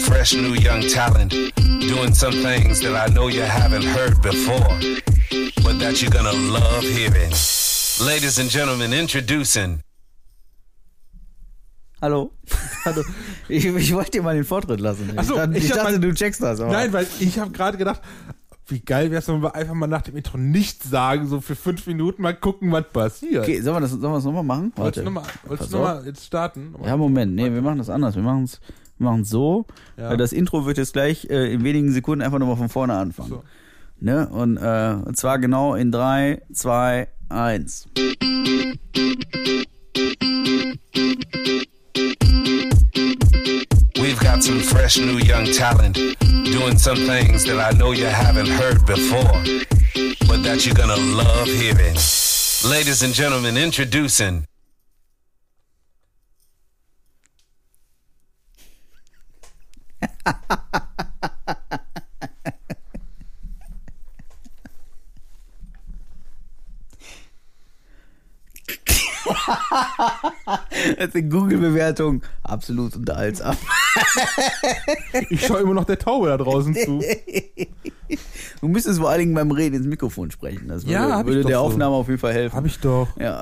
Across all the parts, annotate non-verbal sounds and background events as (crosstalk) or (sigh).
fresh new young talent doing some things that I know you haven't heard before, but that you're gonna love hearing. Ladies and gentlemen, introducing. (laughs) Hallo. Hallo. Ich, ich wollte dir mal den Vortritt lassen. Ach so, ich, dachte- ich ich hab dachte, mal- du checkst das. aber- Nein, weil ich habe gerade gedacht, wie geil wäre es, wenn wir einfach mal nach dem Intro nichts sagen, so für fünf Minuten mal gucken, was passiert. Okay, sollen wir das, sollen wir das nochmal machen? Wolltest du Warte. nochmal Pass wolltest du auf. noch mal jetzt starten? Ja, Moment. Nee, wir machen das anders. Wir machen es wir machen's so. Ja. Äh, Das Intro wird jetzt gleich äh, in wenigen Sekunden einfach nochmal von vorne anfangen. So. Ne? Und, äh, und zwar genau in 3, 2, 1. We've got some fresh new young talent doing some things that I know you haven't heard before, but that you're gonna love hearing. Ladies and gentlemen, introducing. Die Google-Bewertung. Absolut unterhaltsam. Ich schaue immer noch der Taube da (laughs) draußen zu. Du müsstest vor allen Dingen beim Reden ins Mikrofon sprechen. Das würde, Ja, hab ich würde doch der so. Aufnahme auf jeden Fall helfen. Hab ich doch, ja.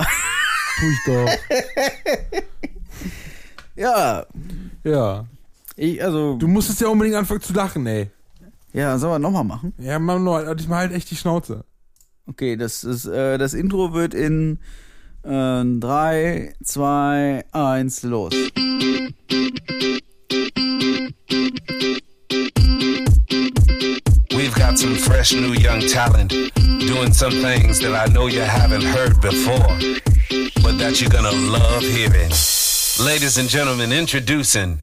tu ich doch. ja. Ja. Ich, also, Du musstest ja unbedingt anfangen zu lachen, ey. ja, sollen wir nochmal machen? Ja, Mann, Leute, ich mal halt echt die Schnauze. Okay, das ist äh, das Intro wird in äh, 3, 2, 1, los. We've got some fresh new young talent doing some things that I know you haven't heard before, but that you're gonna love hearing. Ladies and gentlemen, introducing.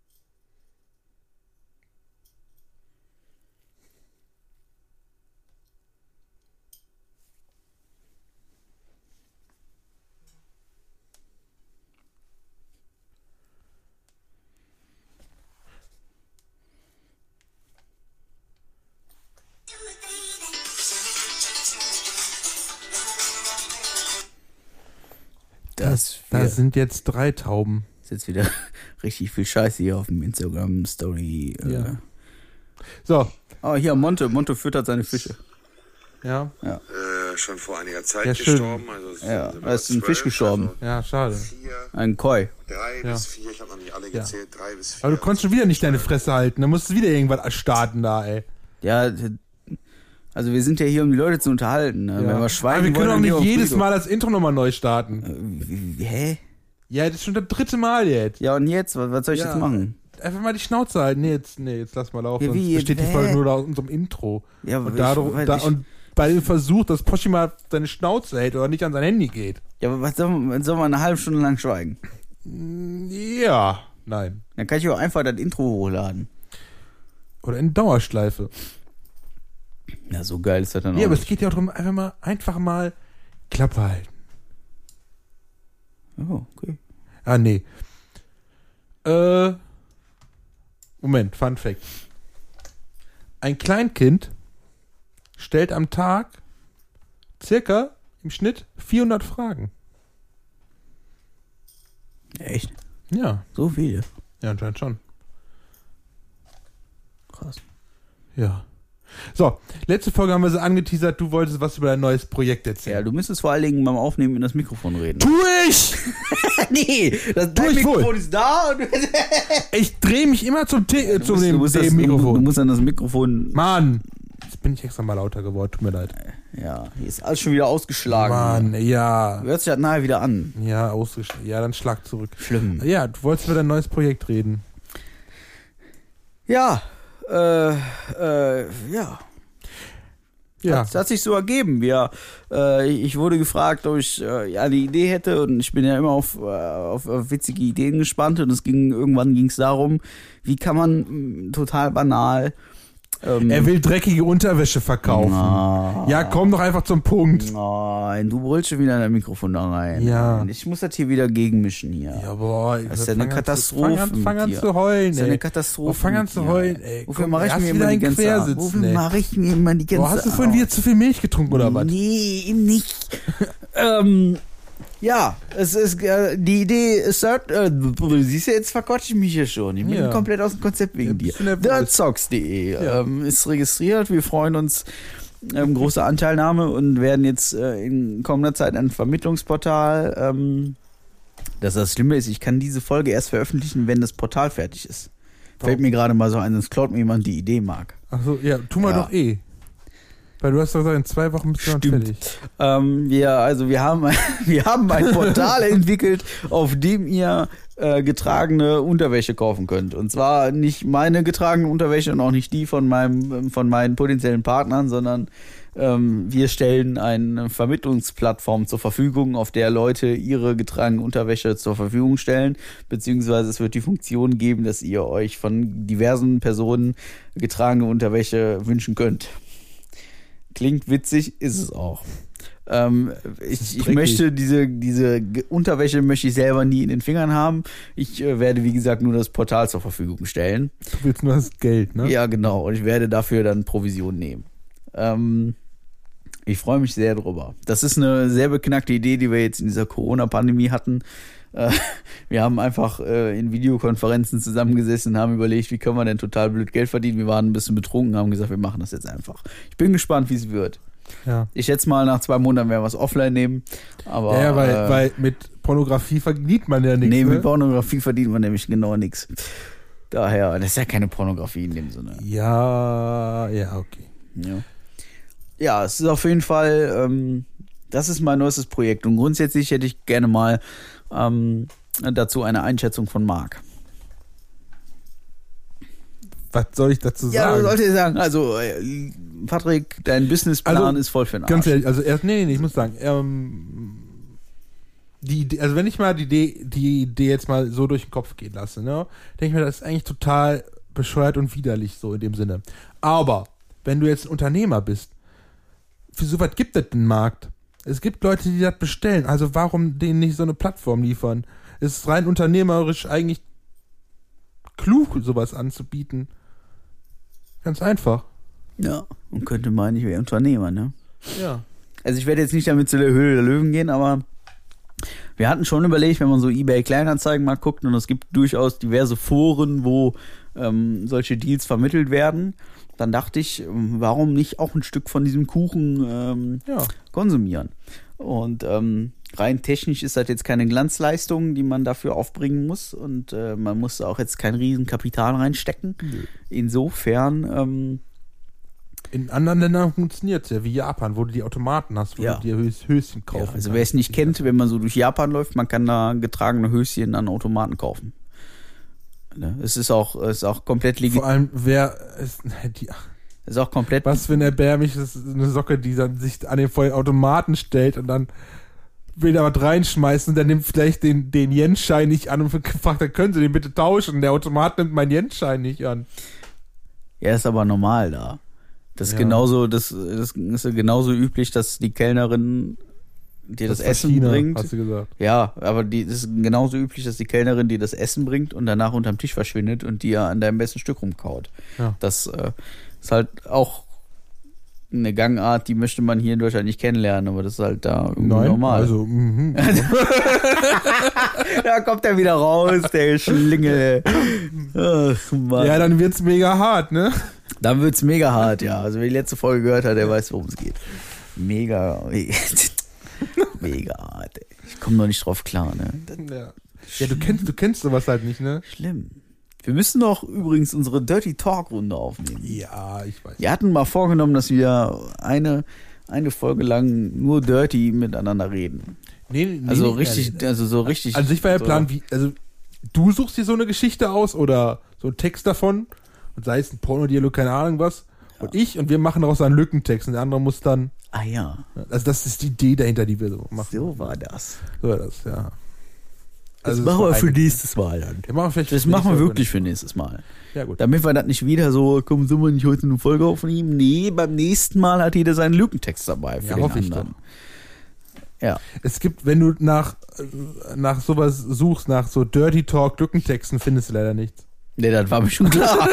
Das, Da das sind jetzt drei Tauben. ist jetzt wieder (laughs) richtig viel Scheiße hier auf dem Instagram Story. Äh. Ja. So. Oh, hier Monte, Monte füttert seine Fische. Ja. äh, schon vor einiger Zeit Ja, schön. gestorben. Also es Ja, sind da ist immer ein Fisch zwölf, gestorben. Ja, schade. Also vier, Ein Koi. drei Ja. bis vier, ich habe noch nicht alle gezählt, drei bis vier. Aber du konntest schon wieder nicht deine Fresse halten. Da musstest du wieder irgendwas starten da, ey. Ja, d- also wir sind ja hier, um die Leute zu unterhalten. Ne? Wenn wir schweigen Aber wir können wollen, doch dann nicht gehen wir jedes auf Mal das Intro nochmal neu starten. den Friedhof. Hä? Ja, das ist schon das dritte Mal jetzt. Ja, und jetzt? Was, was soll ich Ja. jetzt machen? Einfach mal die Schnauze halten. Nee, jetzt, nee, jetzt lass mal laufen. Ja, Sonst wie, besteht die hä? Folge nur aus unserem Intro. Ja, aber und, ich- darum, weil da, ich- und bei dem Versuch, dass Poshi mal seine Schnauze hält oder nicht an sein Handy geht. Ja, aber was soll man, soll man eine halbe Stunde lang schweigen? Ja, nein. Dann kann ich auch einfach das Intro hochladen. Oder in Dauerschleife. Ja, so geil ist das dann Ja, auch. aber nicht. es geht ja auch darum, einfach mal, einfach mal Klappe halten. Oh, okay. Ah, nee. Äh. Moment, Fun Fact. Ein Kleinkind stellt am Tag circa im Schnitt 400 Fragen. Echt? Ja, So viele. ja, anscheinend schon. Krass. Ja. So, letzte Folge haben wir sie angeteasert. Du wolltest was über dein neues Projekt Ja, erzählen. du müsstest vor allen Dingen beim Aufnehmen in das Mikrofon reden. tu ich! (laughs) nee, das dein Mikrofon ist da und du, Ich drehe mich immer zum, T äh, (laughs) zum musst, dem, du musst dem das, Du, Mikrofon. du musst an das Mikrofon. Mann! Jetzt bin ich extra mal lauter geworden. Tut mir leid. Äh. Ja, hier ist alles schon wieder ausgeschlagen. Mann, ja. Hört sich das nahe wieder an. Ja, ausgeschlagen. Ja, dann schlag zurück. Schlimm. Ja, du wolltest über dein neues Projekt reden. Ja, äh, äh, ja. Ja. Das hat sich so ergeben. Wir, äh, ich wurde gefragt, ob ich äh, ja, eine Idee hätte und ich bin ja immer auf, äh, auf, auf witzige Ideen gespannt und es ging irgendwann ging es darum, wie kann man mh, total banal ähm, Er will dreckige Unterwäsche verkaufen. Na. Ja, komm doch einfach zum Punkt. Nein, du brüllst schon wieder in dein Mikrofon da rein. Ja. Nein, Ich muss das hier wieder gegenmischen hier. Ja, boah. Das ist ja eine fang an zu- Katastrophe Fang an, fang mit an dir. zu heulen, Das ist ja eine ey. Katastrophe. Oh, fang an mit zu dir. heulen, ey. Wofür Komm, mache ich hast mir wieder immer die einen ganze Quersitzen, Wofür ey. mache ich mir immer die ganze (laughs) Boah, hast du vorhin wieder zu viel Milch getrunken oder was? Nee, eben nicht. ähm, Ja, es ist äh, die Idee ist Third, äh, siehst du, jetzt verquatsche ich mich hier schon. Ich bin Ja. komplett aus dem Konzept wegen dir. Ja, bisschen nervös. Dirtsocks.de Ja. ähm, ist registriert. Wir freuen uns. Ähm, große Anteilnahme und werden jetzt äh, in kommender Zeit ein Vermittlungsportal. Ähm, dass das Schlimme ist, ich kann diese Folge erst veröffentlichen, wenn das Portal fertig ist. Fällt mir gerade mal so ein, sonst klaut mir jemand die Idee, Marc. Achso, ja, tu mal Ja. doch eh. Weil du hast doch gesagt, in zwei Wochen bist du dann Stimmt. fertig. Ähm, wir, also wir haben, wir haben ein (laughs) Portal entwickelt, auf dem ihr äh, getragene Unterwäsche kaufen könnt. Und zwar nicht meine getragene Unterwäsche und auch nicht die von meinem, von meinen potenziellen Partnern, sondern ähm, wir stellen eine Vermittlungsplattform zur Verfügung, auf der Leute ihre getragene Unterwäsche zur Verfügung stellen, beziehungsweise es wird die Funktion geben, dass ihr euch von diversen Personen getragene Unterwäsche wünschen könnt. Klingt witzig, ist es auch. Ähm, ich, ich tricky. möchte diese, diese Ge- Unterwäsche möchte ich selber nie in den Fingern haben. Ich äh, werde, wie gesagt, nur das Portal zur Verfügung stellen. Du willst nur das Geld, ne? Ja, genau. Und ich werde dafür dann Provision nehmen. Ähm, ich freue mich sehr drüber. Das ist eine sehr beknackte Idee, die wir jetzt in dieser Corona-Pandemie hatten. Äh, (laughs) Wir haben einfach äh, in Videokonferenzen zusammengesessen und haben überlegt, wie können wir denn total blöd Geld verdienen. Wir waren ein bisschen betrunken, haben gesagt, wir machen das jetzt einfach. Ich bin gespannt, wie es wird. Ja, Ich schätze mal, nach zwei Monaten werden wir es offline nehmen. Aber ja, ja weil, äh, weil mit Pornografie verdient man ja nichts. nee, mit ne? Pornografie verdient man nämlich genau nichts. Daher, das ist ja keine Pornografie in dem Sinne. Ja, ja, okay. Ja. ja, es ist auf jeden Fall, ähm, das ist mein neuestes Projekt. Und grundsätzlich hätte ich gerne mal ähm, dazu eine Einschätzung von Marc. Was soll ich dazu Ja, sagen? du solltest ja sagen, also äh, Patrick, dein Businessplan Also, ist voll für den Arsch. Ganz ehrlich, also erst, nee, nee, nee, ich muss sagen, ähm, die Idee, also wenn ich mal die Idee, die Idee jetzt mal so durch den Kopf gehen lasse, ne, denke ich mir, das ist eigentlich total bescheuert und widerlich, so in dem Sinne. Aber, wenn du jetzt ein Unternehmer bist, für so was gibt es einen Markt. Es gibt Leute, die das bestellen, also warum denen nicht so eine Plattform liefern? Es ist rein unternehmerisch eigentlich klug, sowas anzubieten. Ganz einfach. ja, und könnte meinen, ich wäre Unternehmer, ne? Ja. Also ich werde jetzt nicht damit zu der Höhle der Löwen gehen, aber wir hatten schon überlegt, wenn man so eBay Kleinanzeigen mal guckt und es gibt durchaus diverse Foren, wo ähm, solche Deals vermittelt werden, dann dachte ich, ähm, warum nicht auch ein Stück von diesem Kuchen ähm, Ja. konsumieren? Und ähm, rein technisch ist das jetzt keine Glanzleistung, die man dafür aufbringen muss und äh, man muss auch jetzt kein Riesenkapital reinstecken. Insofern ähm, In anderen Ländern funktioniert es ja, wie Japan, wo du die Automaten hast, wo Ja. du dir Hös Höschen kaufen Ja, also wer kannst. es nicht kennt, wenn man so durch Japan läuft, man kann da getragene Höschen an Automaten kaufen. Ne? Es ist auch, es ist auch komplett Vor legitim. allem, wer ist, (laughs) ne, die, ist auch komplett. was für ein erbärmliches eine Socke, die dann sich an den vollen Automaten stellt und dann will da was reinschmeißen und dann nimmt vielleicht den, den Yen-Schein nicht an und fragt, dann können sie den bitte tauschen. Der Automat nimmt meinen Yen-Schein nicht an. Ja, ist aber normal da. Das ist Ja. genauso, das, das ist genauso üblich, dass die Kellnerin dir das, war Essen China, bringt. Hast du gesagt. Ja, aber die das ist genauso üblich, dass die Kellnerin dir das Essen bringt und danach unterm Tisch verschwindet und dir an deinem besten Stück rumkaut. Ja. Das äh, ist halt auch eine Gangart, die möchte man hier in Deutschland nicht kennenlernen, aber das ist halt da irgendwie Nein, normal. also, mhm. (laughs) Da kommt er wieder raus, der Schlingel. Ach Mann. ja, dann wird's mega hart, ne? Dann wird's mega hart, ja. Also wer die letzte Folge gehört hat, der weiß, worum es geht. Mega. (laughs) Mega hart, ey. Ich komme noch nicht drauf klar, ne? Ja, ja du, kennst, du kennst sowas halt nicht, ne? Schlimm. Wir müssen doch übrigens unsere Dirty Talk Runde aufnehmen. Ja, ich weiß. Wir hatten mal vorgenommen, dass wir eine, eine Folge lang nur Dirty miteinander reden. Nee, nee, Also nee, richtig, also so richtig. Also ich war ja so- Plan, wie, also du suchst dir so eine Geschichte aus oder so einen Text davon und sei es ein Pornodialog, keine Ahnung was. Und ich und wir machen daraus einen Lückentext und der andere muss dann, Ah ja, also das ist die Idee dahinter, die wir so machen. so war das. So war das, ja. Das Also es machen war wir für ein- nächstes Mal dann. Wir machen vielleicht Das für machen wir nächste wirklich für nächstes Mal. Folge. Ja gut. Damit wir das nicht wieder so, komm, sollen wir nicht heute eine Folge aufnehmen? Nee, beim nächsten Mal hat jeder seinen Lückentext dabei für Ja, den hoffe ich anderen. Ja, Es gibt, wenn du nach, äh, nach sowas suchst, nach so Dirty Talk Lückentexten, findest du leider nichts. Nee, das war mir schon klar.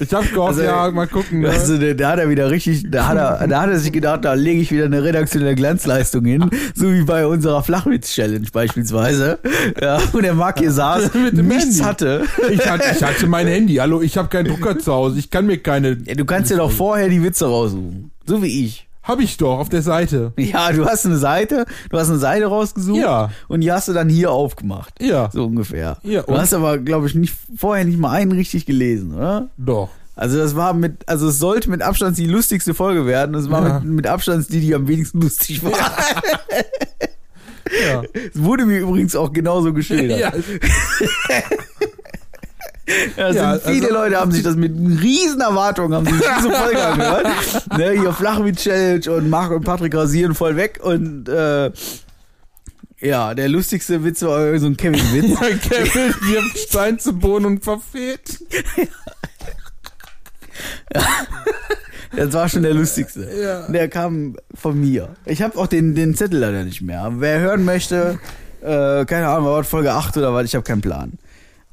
Ich hab gehofft, Also, ja, mal gucken. Ne? Also, der- da hat er wieder richtig, da hat er, da hat er sich gedacht, da lege ich wieder eine redaktionelle Glanzleistung hin, so wie bei unserer Flachwitz-Challenge beispielsweise. Ja, wo der Marc hier saß, (laughs) Mit dem nichts Handy. hatte. ich, hatte, ich hatte mein Handy. Hallo, ich habe keinen Drucker zu Hause. Ich kann mir keine. Ja, du kannst dir doch vorher die Witze raussuchen. So wie ich. Hab ich doch auf der Seite. Ja, du hast eine Seite, du hast eine Seite rausgesucht Ja. und die hast du dann hier aufgemacht. Ja, So ungefähr. Ja, du und? hast aber, glaube ich, nicht, vorher nicht mal einen richtig gelesen, oder? doch. Also das war mit, also es sollte mit Abstand die lustigste Folge werden. Es war Ja. mit, mit Abstand die, die am wenigsten lustig war. (laughs) Ja. Es wurde mir übrigens auch genauso geschildert. ja. (laughs) Ja, es Ja, sind viele also- Leute haben sich das mit riesen Erwartungen haben sich diese Folge angehört. Ne, hier Flachwitz-Challenge und Marc und Patrick rasieren voll weg und äh, ja, der lustigste Witz war irgendwie so ein Kevin-Witz. Kevin wirft Stein zu Boden und verfehlt. Das war schon der lustigste. Ja. Der kam von mir. Ich habe auch den, den Zettel leider nicht mehr. Wer hören möchte, äh, keine Ahnung, war das Folge 8 oder was, ich habe keinen Plan.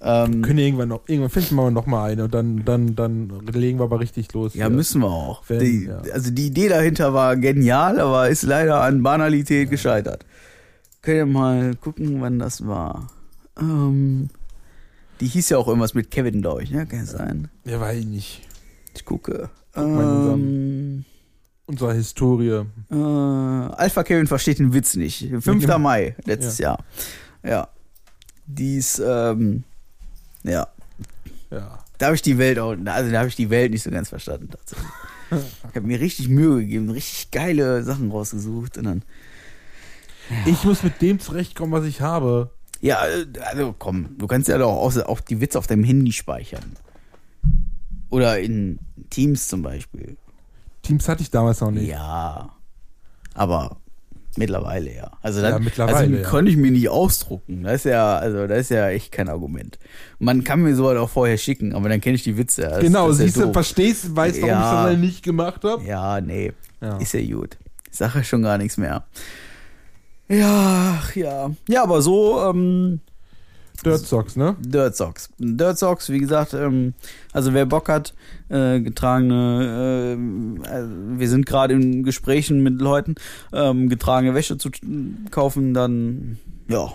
Ähm, Können wir irgendwann noch, irgendwann vielleicht machen wir noch mal eine und dann, dann, dann legen wir aber richtig los. Ja, müssen wir auch. Wenn, die, ja. Also die Idee dahinter war genial, aber ist leider an Banalität gescheitert. Könnt ihr mal gucken, wann das war? Ähm, die hieß ja auch irgendwas mit Kevin, glaube ich, ne? Kann sein. Ja, weiß ich nicht. Ich gucke. mal in Ähm, Unsere Historie. äh, Alpha Kevin versteht den Witz nicht. 5. Ja. Mai letztes Jahr. Ja. Dies, ähm, ja. Ja. Da habe ich die Welt auch, also da habe ich die Welt nicht so ganz verstanden (laughs) tatsächlich. Ich habe mir richtig Mühe gegeben, richtig geile Sachen rausgesucht und dann, Ich muss mit dem zurechtkommen, was ich habe. ja, äh, also komm, du kannst ja doch auch, auch die Witze auf deinem Handy speichern. Oder in Teams zum Beispiel. Teams hatte ich damals noch nicht. Ja, aber mittlerweile ja. Also dann Ja, mittlerweile, also, ja. konnte ich mir nicht ausdrucken. Das ist ja, also das ist ja echt kein Argument. Man kann mir sowas auch vorher schicken, aber dann kenne ich die Witze. Das, genau, das ist ja siehst du, doof. verstehst, weißt, warum ich Ja. das alle nicht gemacht habe? Ja, nee. Ja. Ist ja gut. Ich sage ja schon gar nichts mehr. Ja, ach ja. Ja, aber so, ähm, Dirt Socks, ne? Dirt Socks. Dirt Socks, wie gesagt, ähm, also wer Bock hat, äh, getragene, äh, also wir sind gerade in Gesprächen mit Leuten, ähm, getragene Wäsche zu kaufen, dann, ja.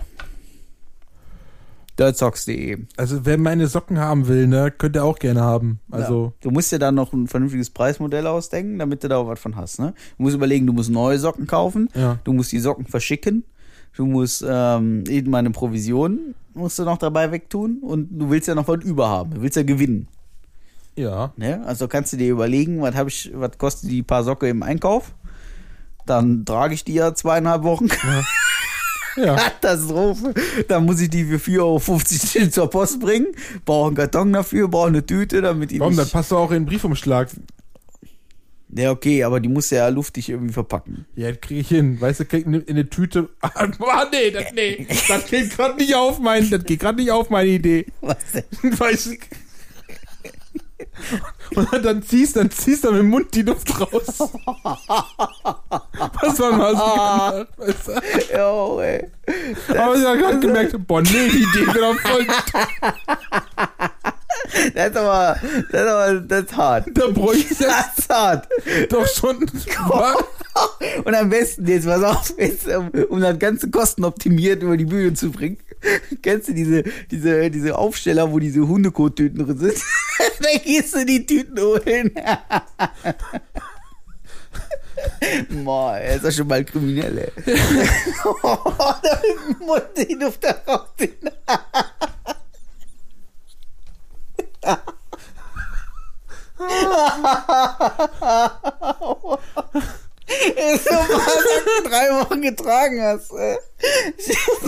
Dirtsocks.de. Also, wer meine Socken haben will, ne, könnt ihr auch gerne haben. Also, ja. Du musst dir dann noch ein vernünftiges Preismodell ausdenken, damit du da auch was von hast, ne? Du musst überlegen, du musst neue Socken kaufen, ja. Du musst die Socken verschicken. Du musst ähm, eben meine Provision musst du noch dabei wegtun und du willst ja noch was überhaben. Du willst ja gewinnen. Ja. Ne? Also kannst du dir überlegen, was hab ich, was kostet die paar Socke im Einkauf? Dann trage ich die ja zweieinhalb Wochen. Ja. (laughs) Katastrophe. Dann muss ich die für 4,50 Euro (laughs) zur Post bringen. Brauche einen Karton dafür, brauche eine Tüte, damit die Warum? Dann nicht. passt du auch in den Briefumschlag. Ja, okay, aber die muss ja luftig irgendwie verpacken. (laughs) Ja, das krieg ich hin. Weißt du, krieg in in eine Tüte. (laughs) Ah, nee, das, nee. Das geht gerade nicht auf mein, das geht gerade nicht auf meine Idee. (laughs) Was denn? Weißt du? Und dann ziehst, dann ziehst du mit dem Mund die Luft raus. Was war denn was? Weißt du? Jo, ey. Aber ich habe gerade gemerkt, boah, nee, die Idee wird auch voll. Das ist aber, das ist aber, das ist hart. Da bräuchte ich ja (laughs) Das ist hart. doch schon. Und am besten, jetzt pass auf, jetzt, um, um das ganze kostenoptimiert über die Bühne zu bringen. Kennst du diese, diese, diese Aufsteller, wo diese Hundekot-Tüten drin sind? (laughs) da gehst du die Tüten holen. (laughs) Boah, er ist doch schon mal kriminell, ey. (laughs) oh, da mit dem Mund die Luft da rausziehen. Ey, (laughs) so was du drei Wochen getragen hast, (laughs) ey.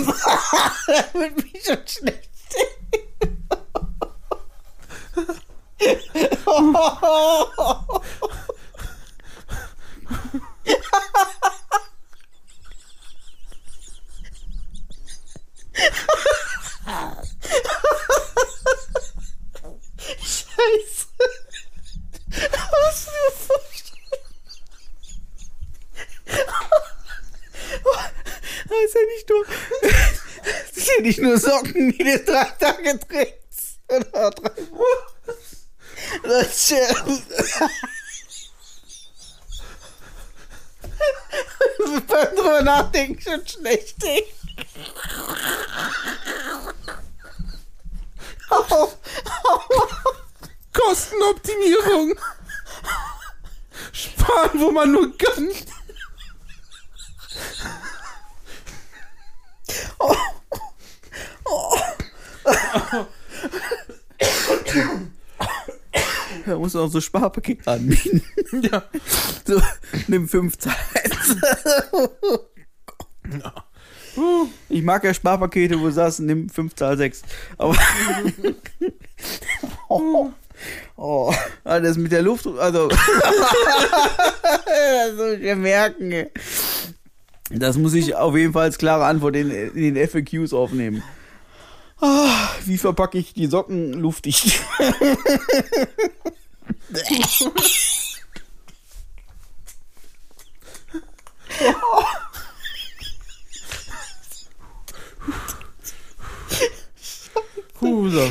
da wird mich schon schlecht. (laughs) Scheiße. Was für Das (laughs) ist ja nicht nur, das ist ja nicht nur Socken, die du drei Tage trägst. oder drei Leute. (laughs) Beim drüber nachdenken schon schlecht. ey. Au, Kostenoptimierung. Sparen, wo man nur kann. (laughs) Da muss man auch so Sparpaket (laughs) anbieten. Ja. So, nimm fünf Teils. Ich mag ja Sparpakete, wo du sagst, nimm fünf Zahl sechs. Aber. oh, (laughs) oh, Ah, das mit der Luft. Also. (laughs) das muss ich mir merken. ey. Das muss ich auf jeden Fall als klare Antwort in, in den FAQs aufnehmen. Ah, wie verpacke ich die Socken luftig? Puh, so.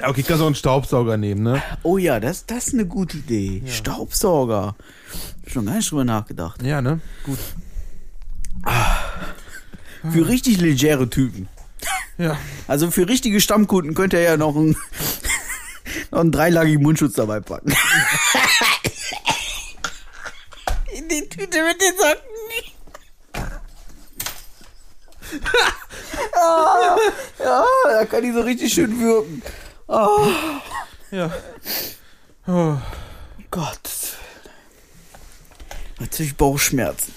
Ja, Okay, kannst auch einen Staubsauger nehmen, ne? Oh ja, das, das ist eine gute Idee. Staubsauger. Schon gar nicht drüber nachgedacht. Ja, ne? Gut. Für richtig legere Typen. Ja. Also für richtige Stammkunden könnte er ja noch einen, (laughs) noch einen dreilagigen Mundschutz dabei packen. (laughs) In die Tüte mit den Socken. (laughs) ah, ja, da kann die so richtig schön wirken. Ja. Oh. Gott. Natürlich Bauchschmerzen.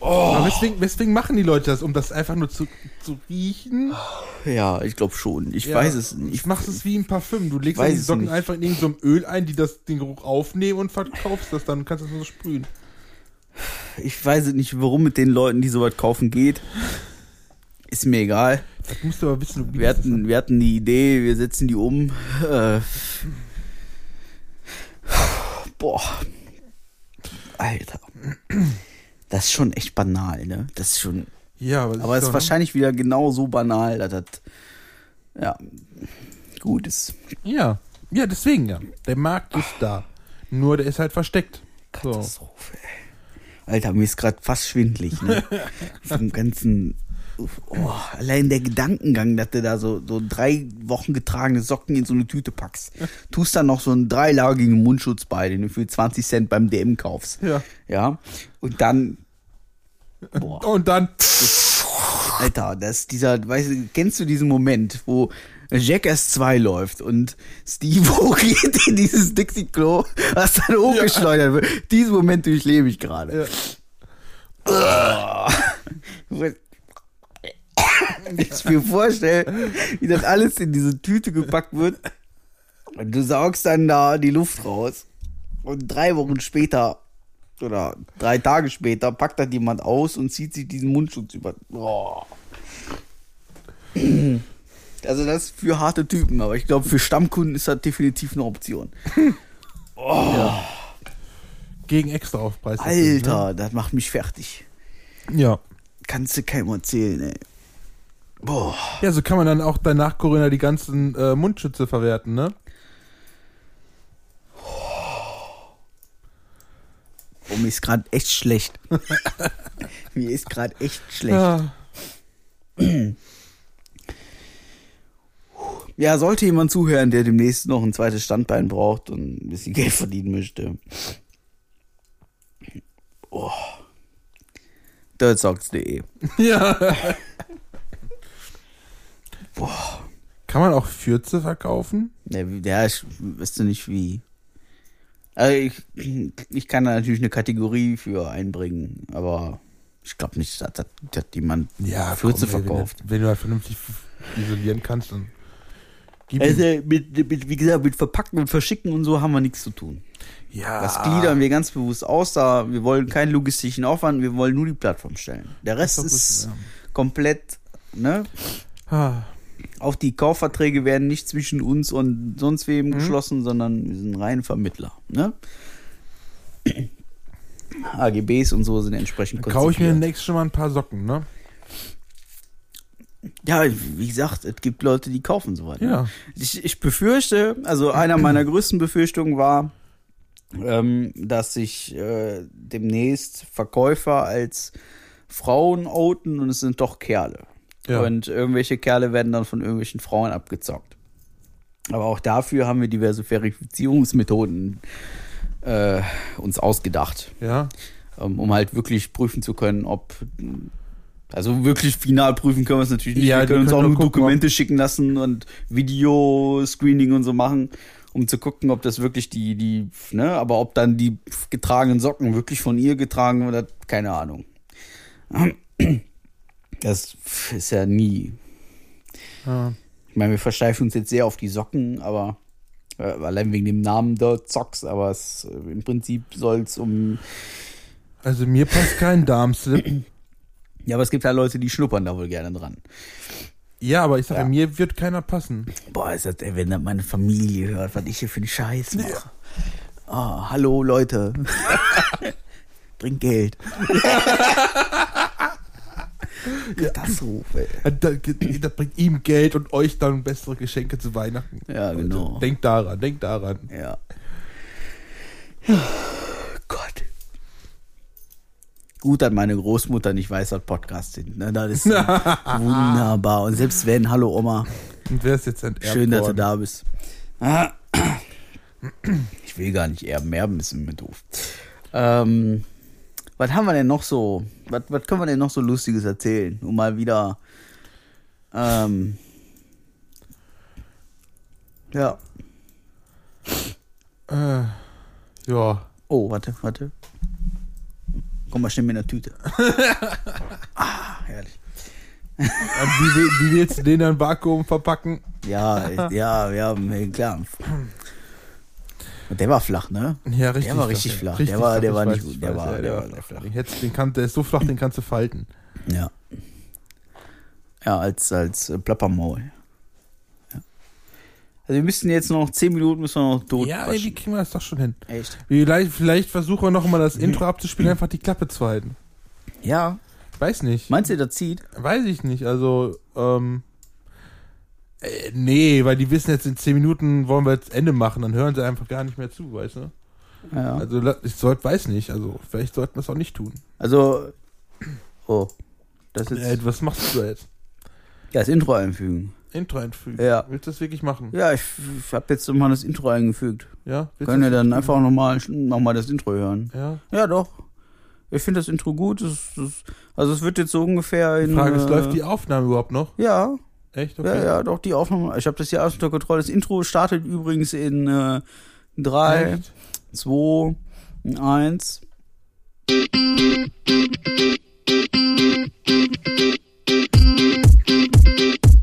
Oh. Aber weswegen, weswegen machen die Leute das? Um das einfach nur zu, zu riechen? Ja, ich glaube schon. Ich Ja. weiß es nicht. Ich mach's es wie ein Parfüm. Du legst Weiß die es Socken nicht. einfach in irgendeinem Öl ein, die das den Geruch aufnehmen und verkaufst das dann und kannst das nur so sprühen. Ich weiß es nicht, warum mit den Leuten, die sowas kaufen, geht. Ist mir egal. Das musst du aber wissen, wie Wir das ist. hatten, wir hatten die Idee, wir setzen die um. Äh, boah. Alter. Das ist schon echt banal, ne? Das ist schon. Ja, aber, Aber es ist doch- wahrscheinlich wieder genau so banal, dass das. Ja. Gut ist. Ja. Ja, deswegen ja. Der Markt ist da. Nur der ist halt versteckt. So. Katastrophe, ey. Alter, mir ist gerade fast schwindlig, (laughs) ne? Vom ganzen. Oh, allein der Gedankengang, dass du da so, so drei Wochen getragene Socken in so eine Tüte packst. Tust dann noch so einen dreilagigen Mundschutz bei, den du für 20 Cent beim DM kaufst. Ja. Ja. Und dann. Boah. Und dann. Alter, das dieser, weißt du, kennst du diesen Moment, wo Jackass 2 läuft und Steve (laughs) geht in dieses Dixie-Klo, was dann hochgeschleudert wird. Diesen Moment durchlebe ich gerade. Wenn ich mir vorstelle, wie das alles in diese Tüte gepackt wird und du saugst dann da die Luft raus und drei Wochen später oder drei Tage später packt dann jemand aus und zieht sich diesen Mundschutz über. Boah. Also das ist für harte Typen, aber ich glaube, für Stammkunden ist das definitiv eine Option. Gegen extra Aufpreis. Alter, das macht mich fertig. Ja. Kannst du keinem erzählen, ey. Boah. Ja, so kann man dann auch danach Corinna die ganzen äh, Mundschütze verwerten, ne? Oh, mir ist gerade echt schlecht. (laughs) mir ist gerade echt schlecht. Ja. Ja. sollte jemand zuhören, der demnächst noch ein zweites Standbein braucht und ein bisschen Geld verdienen möchte. Oh. Dirtsocks.de. ja. Kann man auch Fürze verkaufen? Ja, wie- ja, ich wüsste nicht wie. Also ich, ich kann da natürlich eine Kategorie für einbringen, aber ich glaube nicht, dass, dass, dass jemand Fürze komm, ey, verkauft. Wenn, du- wenn du halt vernünftig f- isolieren kannst, dann. Gib ihm- Also mit, mit, wie gesagt, mit Verpacken und Verschicken und so haben wir nichts zu tun. ja. Das gliedern wir ganz bewusst aus, da wir wollen keinen logistischen Aufwand, wir wollen nur die Plattform stellen. Der Rest doch gut, ist ja. komplett, ne? Ah, Auch die Kaufverträge werden nicht zwischen uns und sonst wem Mhm. geschlossen, sondern wir sind rein Vermittler, ne? (clears throat) AGBs und so sind entsprechend Kaufe ich mir konzipiert. demnächst schon mal ein paar Socken, ne? Ja, wie gesagt, es gibt Leute, die kaufen sowas. ne? Ja. Ich, ich befürchte, also einer meiner größten Befürchtungen war, ähm, dass sich äh, demnächst Verkäufer als Frauen outen und es sind doch Kerle. Ja. Und irgendwelche Kerle werden dann von irgendwelchen Frauen abgezockt. Aber auch dafür haben wir diverse Verifizierungsmethoden äh, uns ausgedacht Ja. ähm, um halt wirklich prüfen zu können, ob. Also wirklich final prüfen können wir es natürlich nicht. Ja, wir die können uns können auch nur nur gucken, Dokumente schicken lassen und Video-Screening und so machen, um zu gucken, ob das wirklich die, die, ne, aber ob dann die getragenen Socken wirklich von ihr getragen oder keine Ahnung. Das ist ja nie. Ja. Ich meine, wir versteifen uns jetzt sehr auf die Socken, aber äh, allein wegen dem Namen der Zocks, aber es, äh, im Prinzip soll es um Also mir passt kein Darmslip. Ja, aber es gibt halt Leute, die schnuppern da wohl gerne dran. Ja, aber ich sage, mir wird keiner passen. Boah, ist das, ey, wenn das meine Familie hört, was ich hier für einen Scheiß mache. Ah, hallo Leute. Bringt Geld. Katastrophe. Das, das bringt ihm Geld und euch dann bessere Geschenke zu Weihnachten. Ja, Leute, genau. Denkt daran, denkt daran. Ja. ja. Gott. Gut, dass meine Großmutter nicht weiß, was Podcasts sind. Ne? Das ist wunderbar. Und selbst wenn, hallo Oma. Und wer ist jetzt enterbt Schön, dass du worden? da bist. (clears throat) Ah. Ich will gar nicht erben. Erben ist immer doof. Ähm, was haben wir denn noch so? Was, was können wir denn noch so Lustiges erzählen? Um mal wieder. Ähm, ja. Äh, ja. Oh, warte, warte. Komm mal schnell mit einer Tüte. Ah, herrlich. Und Äh, Wie, will- wie willst du den dann Vakuum verpacken? Ja, ja, ja, klar. Und der war flach, ne? Ja, richtig. war richtig flach. Der war- der war nicht gut. Der war- der war sehr flach. flach. Jetzt, den kann, der ist so flach, den kannst du falten. Ja. Ja, als, als äh, Plappermaul. Ja. Also wir müssen jetzt noch 10 Minuten müssen wir noch tot Ja, ey, wie quatschen. kriegen wir das doch schon hin? Echt? Vielleicht, vielleicht versuchen wir nochmal Hm. das Intro abzuspielen, einfach die Klappe zu halten. Ja. Weiß nicht. Meinst du, das zieht? Weiß ich nicht. Also, ähm. Äh, nee, weil die wissen jetzt, in 10 Minuten wollen wir jetzt Ende machen, dann hören sie einfach gar nicht mehr zu, weißt du? Ja. Also, la- ich sollte, weiß nicht. Also, vielleicht sollten wir es auch nicht tun. Also, oh, das ist Äh, was machst du da jetzt? ja, das Intro einfügen. Intro einfügen. Ja. Willst du das wirklich machen? Ja, ich, ich habe jetzt mal das Intro eingefügt. Ja? Willst Können du wir das- dann einfach nochmal noch mal das Intro hören? Ja. Ja, doch. Ich finde das Intro gut. Es, es, also es wird jetzt so ungefähr in... Die Frage ist, äh, läuft die Aufnahme überhaupt noch? Ja, Echt? Ja, ja, doch, die Aufnahme. Ich habe das hier alles unter Kontrolle. Das Intro startet übrigens in äh, 3, Echt? 2, 1.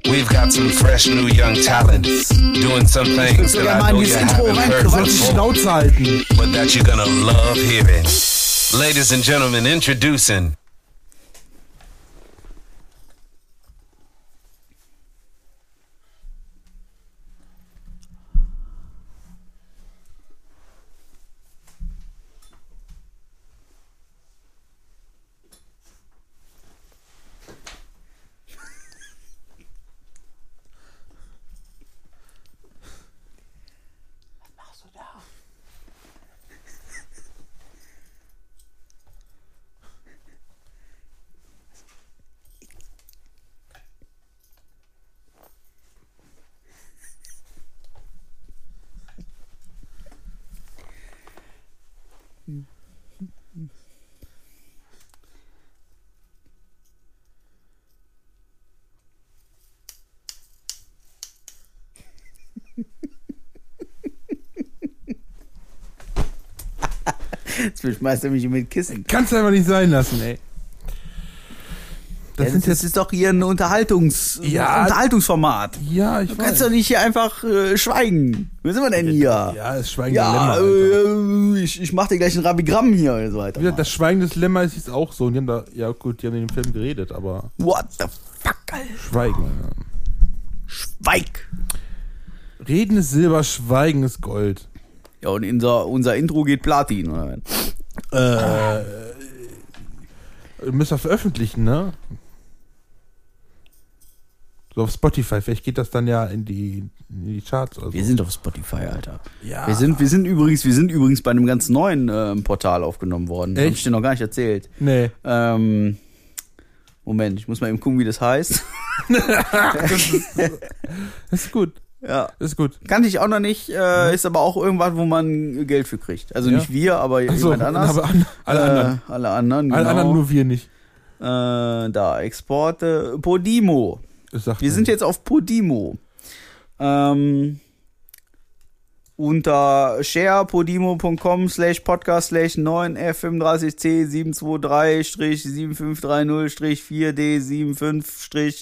We've got some fresh new young talent doing some things that I know you haven't heard before, Schnauze halten. but that you're gonna love hearing. Ladies and gentlemen, introducing Jetzt schmeißt er mich mit Kissen. Kannst du einfach nicht sein lassen, ey. Das Das, sind das jetzt. ist doch hier ein Unterhaltungs Ja. Unterhaltungsformat. Ja, ich Du weiß. kannst doch nicht hier einfach äh, schweigen. Wo sind wir denn hier? ja, das Schweigen Ja, des Lämmer. äh, ich, ich mach dir gleich ein Rabigramm hier und so weiter. Alter. Das Schweigen des Lämmer ist jetzt auch so. Und die haben da, ja gut, die haben in dem Film geredet, aber What the fuck, Alter? Schweigen. Schweig! Ja. Reden ist Silber, Schweigen ist Gold. Ja, und unser, unser Intro geht Platin, oder? Müssen wir veröffentlichen, ne? So auf Spotify, vielleicht geht das dann ja in die, in die Charts oder so. Wir sind auf Spotify, Alter. Ja. Wir sind, wir sind übrigens, wir sind übrigens bei einem ganz neuen ähm, Portal aufgenommen worden. Hab ich Echt? dir noch gar nicht erzählt. nee. Ähm, Moment, ich muss mal eben gucken, wie das heißt. (laughs) Das ist gut. ja. Das ist gut. Kannte ich auch noch nicht, äh, ist aber auch irgendwas, wo man Geld für kriegt. Also Mhm. Ja. nicht wir, aber Achso, jemand anders. aber an, alle äh, anderen. Alle anderen, genau. Alle anderen nur wir nicht. äh, da, Exporte. Podimo. Das sagt Wir man sind nicht. jetzt auf Podimo. Ähm, unter sharepodimo.com slash podcast slash 9F35C723-7530-4D75- äh,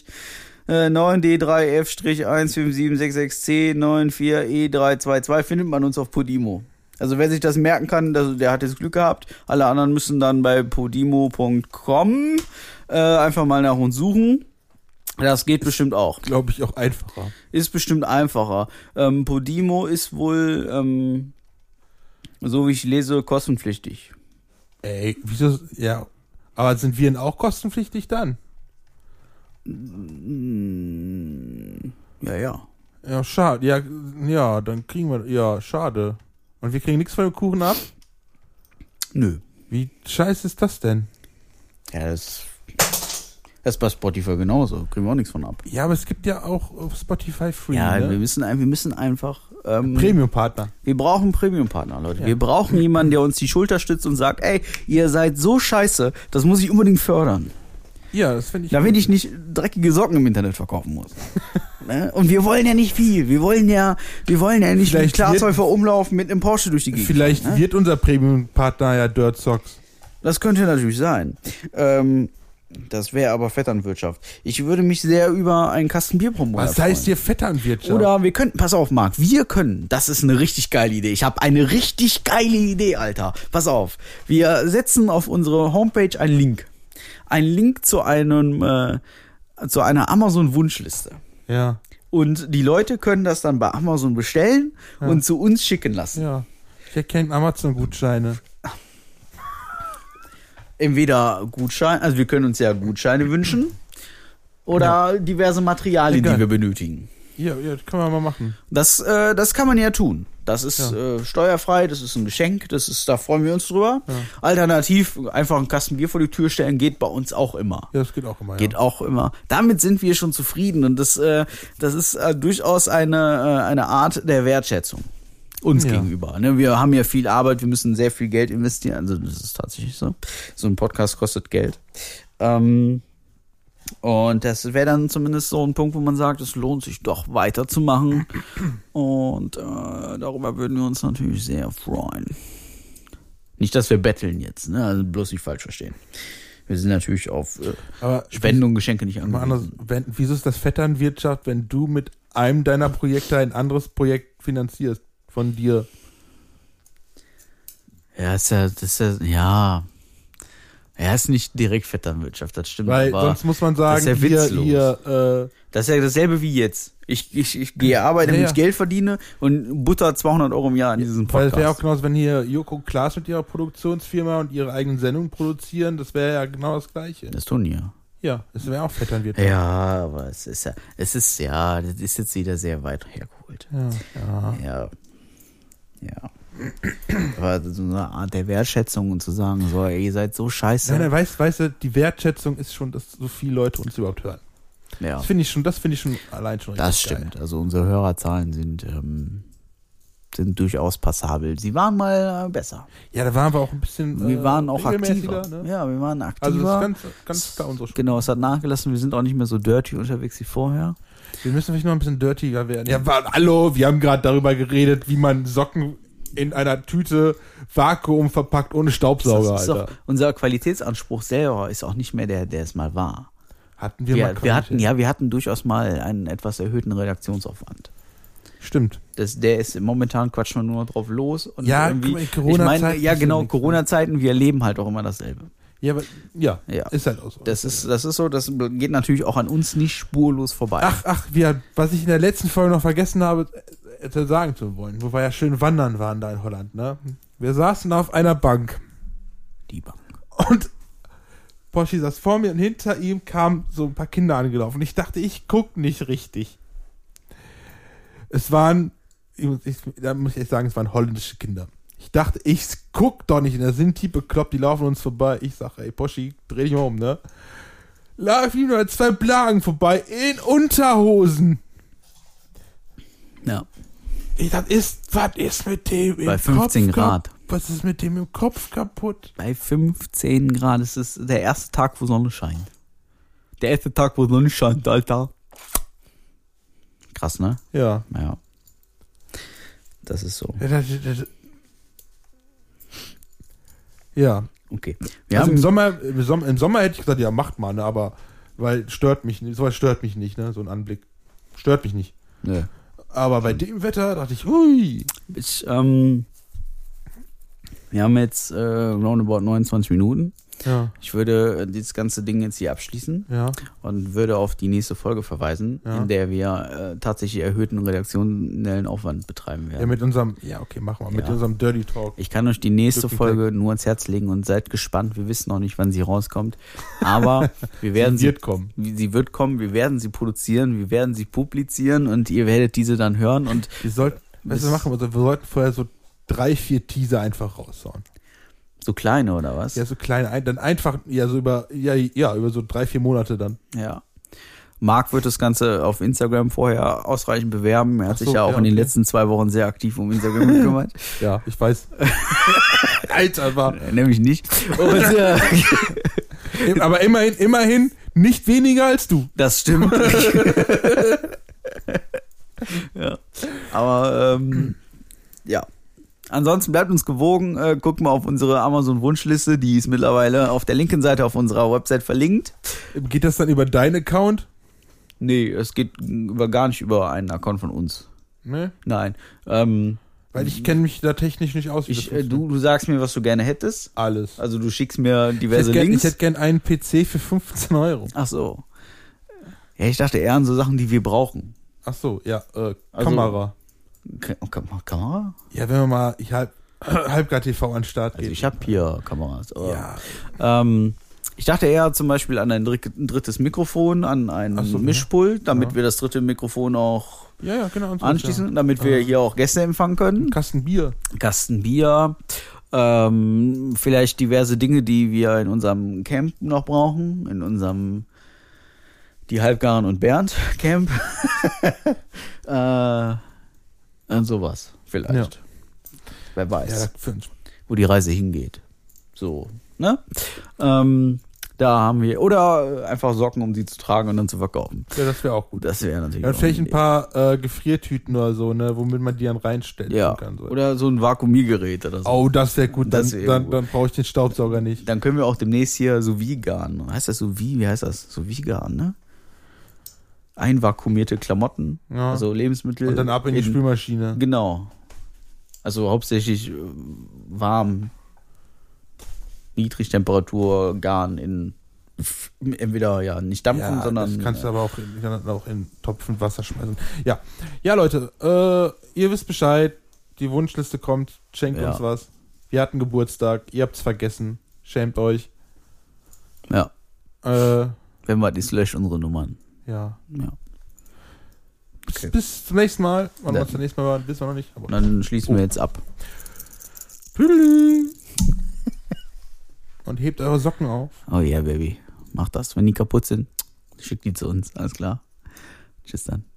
E 9D3F-15766C94E322 findet man uns auf Podimo. Also wer sich das merken kann, also der hat jetzt Glück gehabt. Alle anderen müssen dann bei podimo.com äh, einfach mal nach uns suchen. Das geht bestimmt auch. glaube ich, auch einfacher. Ist bestimmt einfacher. Ähm, Podimo ist wohl, ähm, so wie ich lese, kostenpflichtig. Ey, wieso? Ja. Aber sind wir denn auch kostenpflichtig dann? Ja, ja. Ja, schade. Ja, ja, dann kriegen wir. Ja, schade. Und wir kriegen nichts von dem Kuchen ab? Nö. Wie scheiße ist das denn? Ja, das, das ist bei Spotify genauso. Kriegen wir auch nichts von ab. Ja, aber es gibt ja auch auf Spotify Free. Ja, wir ne? müssen, ein- wir müssen einfach. Ähm, Premium-Partner. wir brauchen einen Premium-Partner, Leute. Wir brauchen jemanden, der uns die Schulter stützt und sagt: Ey, ihr seid so scheiße, das muss ich unbedingt fördern. Ja, das finde ich. Damit ich nicht dreckige Socken im Internet verkaufen (laughs) muss. Ne? Und wir wollen ja nicht viel. Wir wollen ja, wir wollen ja nicht Vielleicht mit Klarzäufer umlaufen mit einem Porsche durch die Gegend. Vielleicht ne? wird unser Premium-Partner ja Dirt Socks. Das könnte natürlich sein. Ähm, das wäre aber Vetternwirtschaft. Ich würde mich sehr über einen Kasten Bier promoten. Was heißt hier Vetternwirtschaft? Oder wir könnten, pass auf, Marc, wir können, das ist eine richtig geile Idee. Ich habe eine richtig geile Idee, Alter. Pass auf, wir setzen auf unsere Homepage einen Link. Ein Link zu einem, äh, zu einer Amazon-Wunschliste. Ja. Und die Leute können das dann bei Amazon bestellen und zu uns schicken lassen. Ja. Ich erkenne Amazon-Gutscheine. Entweder Gutscheine, also wir können uns ja Gutscheine wünschen oder diverse Materialien, Egal. die wir benötigen. Ja, ja, das können wir mal machen. Das, äh, das kann man ja tun. Das ist äh, steuerfrei, das ist ein Geschenk, das ist, da freuen wir uns drüber. Alternativ einfach einen Kasten Bier vor die Tür stellen, geht bei uns auch immer. Ja, das geht auch immer. Geht ja. auch immer. Damit sind wir schon zufrieden und das, äh, das ist äh, durchaus eine, äh, eine Art der Wertschätzung uns Ja. gegenüber. Ne? Wir haben ja viel Arbeit, wir müssen sehr viel Geld investieren. Also das ist tatsächlich so. So ein Podcast kostet Geld. Ähm, und das wäre dann zumindest so ein Punkt, wo man sagt, es lohnt sich doch weiterzumachen. Und äh, darüber würden wir uns natürlich sehr freuen. Nicht, dass wir betteln jetzt, ne? Also bloß nicht falsch verstehen. Wir sind natürlich auf äh, Aber Spenden und Geschenke nicht Mal anders, angewiesen. wenn, wieso ist das Vetternwirtschaft, wenn du mit einem deiner Projekte ein anderes Projekt finanzierst von dir? Ja, ist ja, das ist ja, ja. Er ist nicht direkt Vetternwirtschaft, das stimmt. Weil Hm, aber sonst muss man das sagen, ist ja hier, äh, witzlos. hier, das ist ja dasselbe wie jetzt. Ich, ich, ich gehe arbeiten, damit Ja, ich ja. Geld verdiene und butter 200 Euro im Jahr in diesen äh, weil es Podcast. wäre auch genauso, wenn hier Joko und Klaas mit ihrer Produktionsfirma und ihre eigenen Sendungen produzieren, das wäre ja genau das Gleiche. das tun die ja. Ja, es wäre auch Vetternwirtschaft. Ja, aber es ist ja, es ist ja, das ist jetzt wieder sehr weit hergeholt. Ja, ja. Ja. Ja. Aber so eine Art der Wertschätzung und zu sagen, so, ey, ihr seid so scheiße. Nein, nein, weißt, weißt du, die Wertschätzung ist schon, dass so viele Leute uns überhaupt hören. ja. Das finde ich schon, das finde ich schon allein schon Das richtig stimmt. Also unsere Hörerzahlen sind, ähm, sind durchaus passabel. Sie waren mal äh, besser. Geil. Ja, da waren wir auch ein bisschen. Wir äh, waren auch regelmäßiger, aktiver. Ne? Ja, wir waren Also das aktiver. ist ganz, ganz klar unsere Schuld. genau, es hat nachgelassen. Wir sind auch nicht mehr so dirty unterwegs wie vorher. Wir müssen vielleicht noch ein bisschen dirtiger werden. Ja, wa- hallo, wir haben gerade darüber geredet, wie man Socken in einer Tüte Vakuum verpackt ohne Staubsauger, Das ist Alter. doch, unser Qualitätsanspruch selber ist auch nicht mehr der, der es mal war. Hatten wir, mal Wir, wir Qualität. hatten, ja, wir hatten durchaus mal einen etwas erhöhten Redaktionsaufwand. Stimmt. Das, der ist momentan quatschen wir nur noch drauf los und Ja, guck mal, irgendwie. in Corona-Zeiten ich meine, ja ist ja genau, nichts, ne? Corona-Zeiten, wir erleben halt auch immer dasselbe. Ja, aber, ja, Ja. ist halt auch so. Das ist, das ist so, das geht natürlich auch an uns nicht spurlos vorbei. ach, ach, wir, was ich in der letzten Folge noch vergessen habe, äh, äh, sagen zu wollen, wo wir ja schön wandern waren da in Holland, ne? Wir saßen auf einer Bank die Bank. und Porsche saß vor mir und hinter ihm kamen so ein paar Kinder angelaufen. Ich dachte, ich guck nicht richtig. Es waren, ich, muss- ich, da muss ich echt sagen, es waren holländische Kinder. Ich dachte, ich guck doch nicht. Da sind die bekloppt, die laufen uns vorbei. Ich sag, ey, Porsche, dreh dich mal um, ne? Lauf ihm nur an zwei Blagen vorbei in Unterhosen. Ja. Ich dachte, ist, was ist mit dem im Bei 15 Kopf kap- Grad. Was ist mit dem im Kopf kaputt? Bei 15 Grad ist es der erste Tag, wo Sonne scheint. Der erste Tag, wo Sonne scheint, Alter. Krass, ne? Ja. Ja. Das ist so. Ja. Das, das, das. ja. Okay. Wir Ja, also im haben, Sommer, im Sommer, im Sommer hätte ich gesagt, ja, macht mal, ne, aber weil stört mich nicht, sowas stört mich nicht, ne, so ein Anblick. Stört mich nicht. Nö. Aber bei dem Wetter dachte ich, hui. Ich, ähm, wir haben jetzt äh, roundabout 29 Minuten. Ja, Ich würde äh, dieses ganze Ding jetzt hier abschließen ja. und würde auf die nächste Folge verweisen, Ja. in der wir äh, tatsächlich erhöhten redaktionellen Aufwand betreiben werden. Ja, mit unserem, ja, okay, mach mal, mit Ja. unserem Dirty Talk. Ich kann euch die nächste Glück im Folge nur ans Herz legen und seid gespannt. Wir wissen noch nicht, wann sie rauskommt. (laughs) Aber wir werden sie, wird kommen. sie wird kommen, wir werden sie produzieren, wir werden sie publizieren und ihr werdet diese dann hören. Und Wir sollten, weißt du, Bis- machen wir, so, wir sollten vorher so drei, vier Teaser einfach raushauen. so kleine oder was? Ja, so kleine, ein- dann einfach, ja, so über, ja, ja, über so drei, vier Monate dann. Ja. Marc wird das Ganze auf Instagram vorher ausreichend bewerben. Er hat Ach so, sich ja auch ja, in den okay. letzten zwei Wochen sehr aktiv um Instagram gekümmert. (laughs) Äh, Ja, ich weiß. Alter, war. Nämlich nicht. Und, äh, (laughs) Aber immerhin, immerhin nicht weniger als du. das (laughs) stimmt. ja. Aber ähm, ja. Ansonsten bleibt uns gewogen. Äh, guckt mal auf unsere Amazon-Wunschliste. Die ist mittlerweile auf der linken Seite auf unserer Website verlinkt. Geht das dann über deinen Account? Nee, es geht über, gar nicht über einen Account von uns. Ne? Nein. Ähm, Weil ich kenne mich da technisch nicht aus. wie das ich, äh, funktioniert. du, du sagst mir, was du gerne hättest. Alles. Also du schickst mir ich hätte diverse gern, ich Links. hätte gern einen PC für 15 Euro. Ach so. Ja, ich dachte eher an so Sachen, die wir brauchen. Ach so, ja, äh, Also- Kamera. Ka- oh, Kam Kamera? Ja, wenn wir mal, ich halb, (clears throat) halbgar TV an den Start Also geht. ich habe hier Kameras. Oh. Aber, ja, ja. ähm, ich dachte eher zum Beispiel an ein dr- ein drittes Mikrofon, an ein Ach so, Mischpult, damit Ja. wir das dritte Mikrofon auch ja, ja, genau. und so, anschließen, ja. damit wir hier auch Gäste empfangen können. Einen Kasten Bier. Kasten Bier, ähm, vielleicht diverse Dinge, die wir in unserem Camp noch brauchen, in unserem die Halbgaren und Bernd (laughs) Camp. äh, und sowas vielleicht. Ja. Wer Ja, weiß, das fünf. wo die Reise hingeht. So, ne? Ähm, da haben wir oder einfach Socken, um sie zu tragen und dann zu verkaufen. ja das wäre auch gut. Das wäre natürlich Ja, und auch eine vielleicht ein Idee. paar äh, Gefriertüten oder so, ne, womit man die dann reinstellen ja. kann. So. oder so ein Vakuumiergerät oder so. oh, das wäre gut. Dann, Das wär dann, gut. dann brauche ich den Staubsauger nicht. Dann können wir auch demnächst hier so vegan. Heißt das so wie? Wie heißt das? So vegan, ne? Einvakuumierte Klamotten, Ja. also Lebensmittel. Und dann ab in die Spülmaschine. Genau. Also hauptsächlich äh, warm, Niedrigtemperatur, Garn in entweder ja nicht dampfen, sondern das kannst du äh, aber auch in, kann auch in Topfen Wasser schmeißen. Ja, ja Leute, äh, ihr wisst Bescheid. Die Wunschliste kommt. Schenkt Ja. uns was. Wir hatten Geburtstag. Ihr habt's vergessen. Schämt euch. ja, Äh, wenn wir die Slash unsere Nummern. ja. Ja. Bis, Okay. bis zum nächsten Mal. Wann wir Dann- uns zum nächsten Mal waren, wissen wir noch nicht. Aber Und dann schließen Oh. wir jetzt ab. Tüdelü. Und hebt eure Socken auf. Oh yeah, Baby. Mach das, wenn die kaputt sind. Schick die zu uns. Alles klar. Tschüss dann.